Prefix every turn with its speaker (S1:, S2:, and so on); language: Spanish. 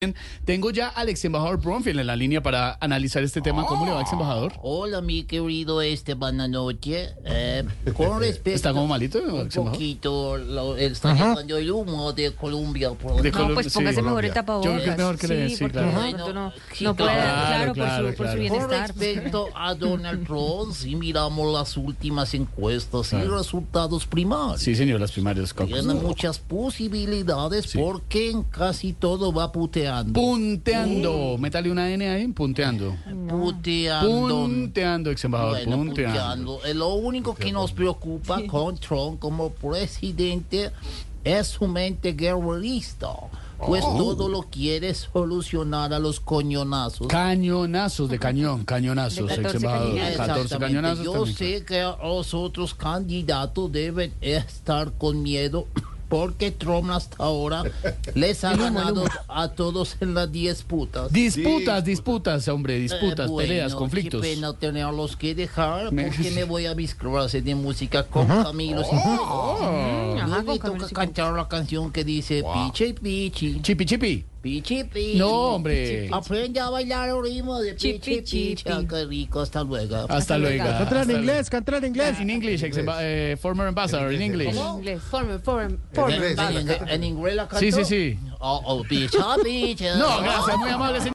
S1: Bien, Tengo ya al ex embajador Bromfield en la línea para analizar este tema. ¿Cómo le va, ex embajador?
S2: Hola, mi querido Esteban anoche. Eh, con respecto.
S1: ¿Está como malito,
S2: Un
S1: ex embajador?
S2: poquito. Lo, está llegando el humo de Colombia. Por
S1: De
S2: acá.
S1: Col-
S3: No, pues
S1: sí,
S3: póngase mejor
S1: Colombia.
S3: el tapabocas.
S1: Yo creo que es mejor que le-
S3: Sí,
S1: sí,
S3: porque
S1: claro.
S3: de pronto no,
S2: Sí,
S3: no puede,
S2: claro,
S3: claro,
S1: claro,
S3: por, su, por
S1: claro.
S3: su
S2: Con
S3: bienestar.
S2: respecto a Donald Trump, si miramos las últimas encuestas y resultados primarios.
S1: Ah. Sí, señor, las primarias. caucus.
S2: Tiene muchas posibilidades porque en casi todo va puteando.
S1: Punteando. Métale una N ahí, punteando.
S2: Puteando.
S1: Punteando, ex embajador,
S2: Ah. Bueno,
S1: punteando.
S2: puteando. Eh, Lo único que nos preocupa con Trump como presidente es su mente guerrerista. Pues
S1: Oh.
S2: todo lo quiere solucionar a los coñonazos.
S1: Cañonazos de cañón, cañonazos,
S3: De
S1: ex
S3: 14
S1: embajador.
S3: cañonazos.
S1: 14
S2: Exactamente.
S1: cañonazos.
S2: Yo
S1: también.
S2: sé que los otros candidatos deben estar con miedo porque Trump hasta ahora les ha ganado a todos en las 10 putas.
S1: Disputas, disputas, hombre, disputas,
S2: Eh,
S1: peleas,
S2: bueno,
S1: conflictos.
S2: Qué pena tenerlos que dejar
S1: Me-
S2: porque me voy a mis clases de música con Camilo.
S3: Mm, ajá,
S2: Luego
S3: con
S2: toca
S3: Camilo Cifuentes.
S2: cantar la canción que dice Pichi Pichi,
S1: Chipi, chipi.
S2: Pichi Pichi.
S1: No, hombre.
S2: Aprende a bailar el ritmo de
S3: Chi,
S2: Pichi
S3: chi,
S2: Pichi.
S3: chi.
S2: Ah, Qué rico, hasta luego.
S1: Hasta luego. Ah,
S4: Cantar en
S1: Hasta
S4: inglés, cantar en inglés.
S1: luego. In English, ex emba- eh, former ambassador, in English.
S3: En inglés. Formen, formen,
S2: En, en- en inglés la
S1: Sí,
S2: cantó?
S1: sí, sí.
S2: Oh, oh, Picha Picha.
S1: No, gracias, muy amable, señor.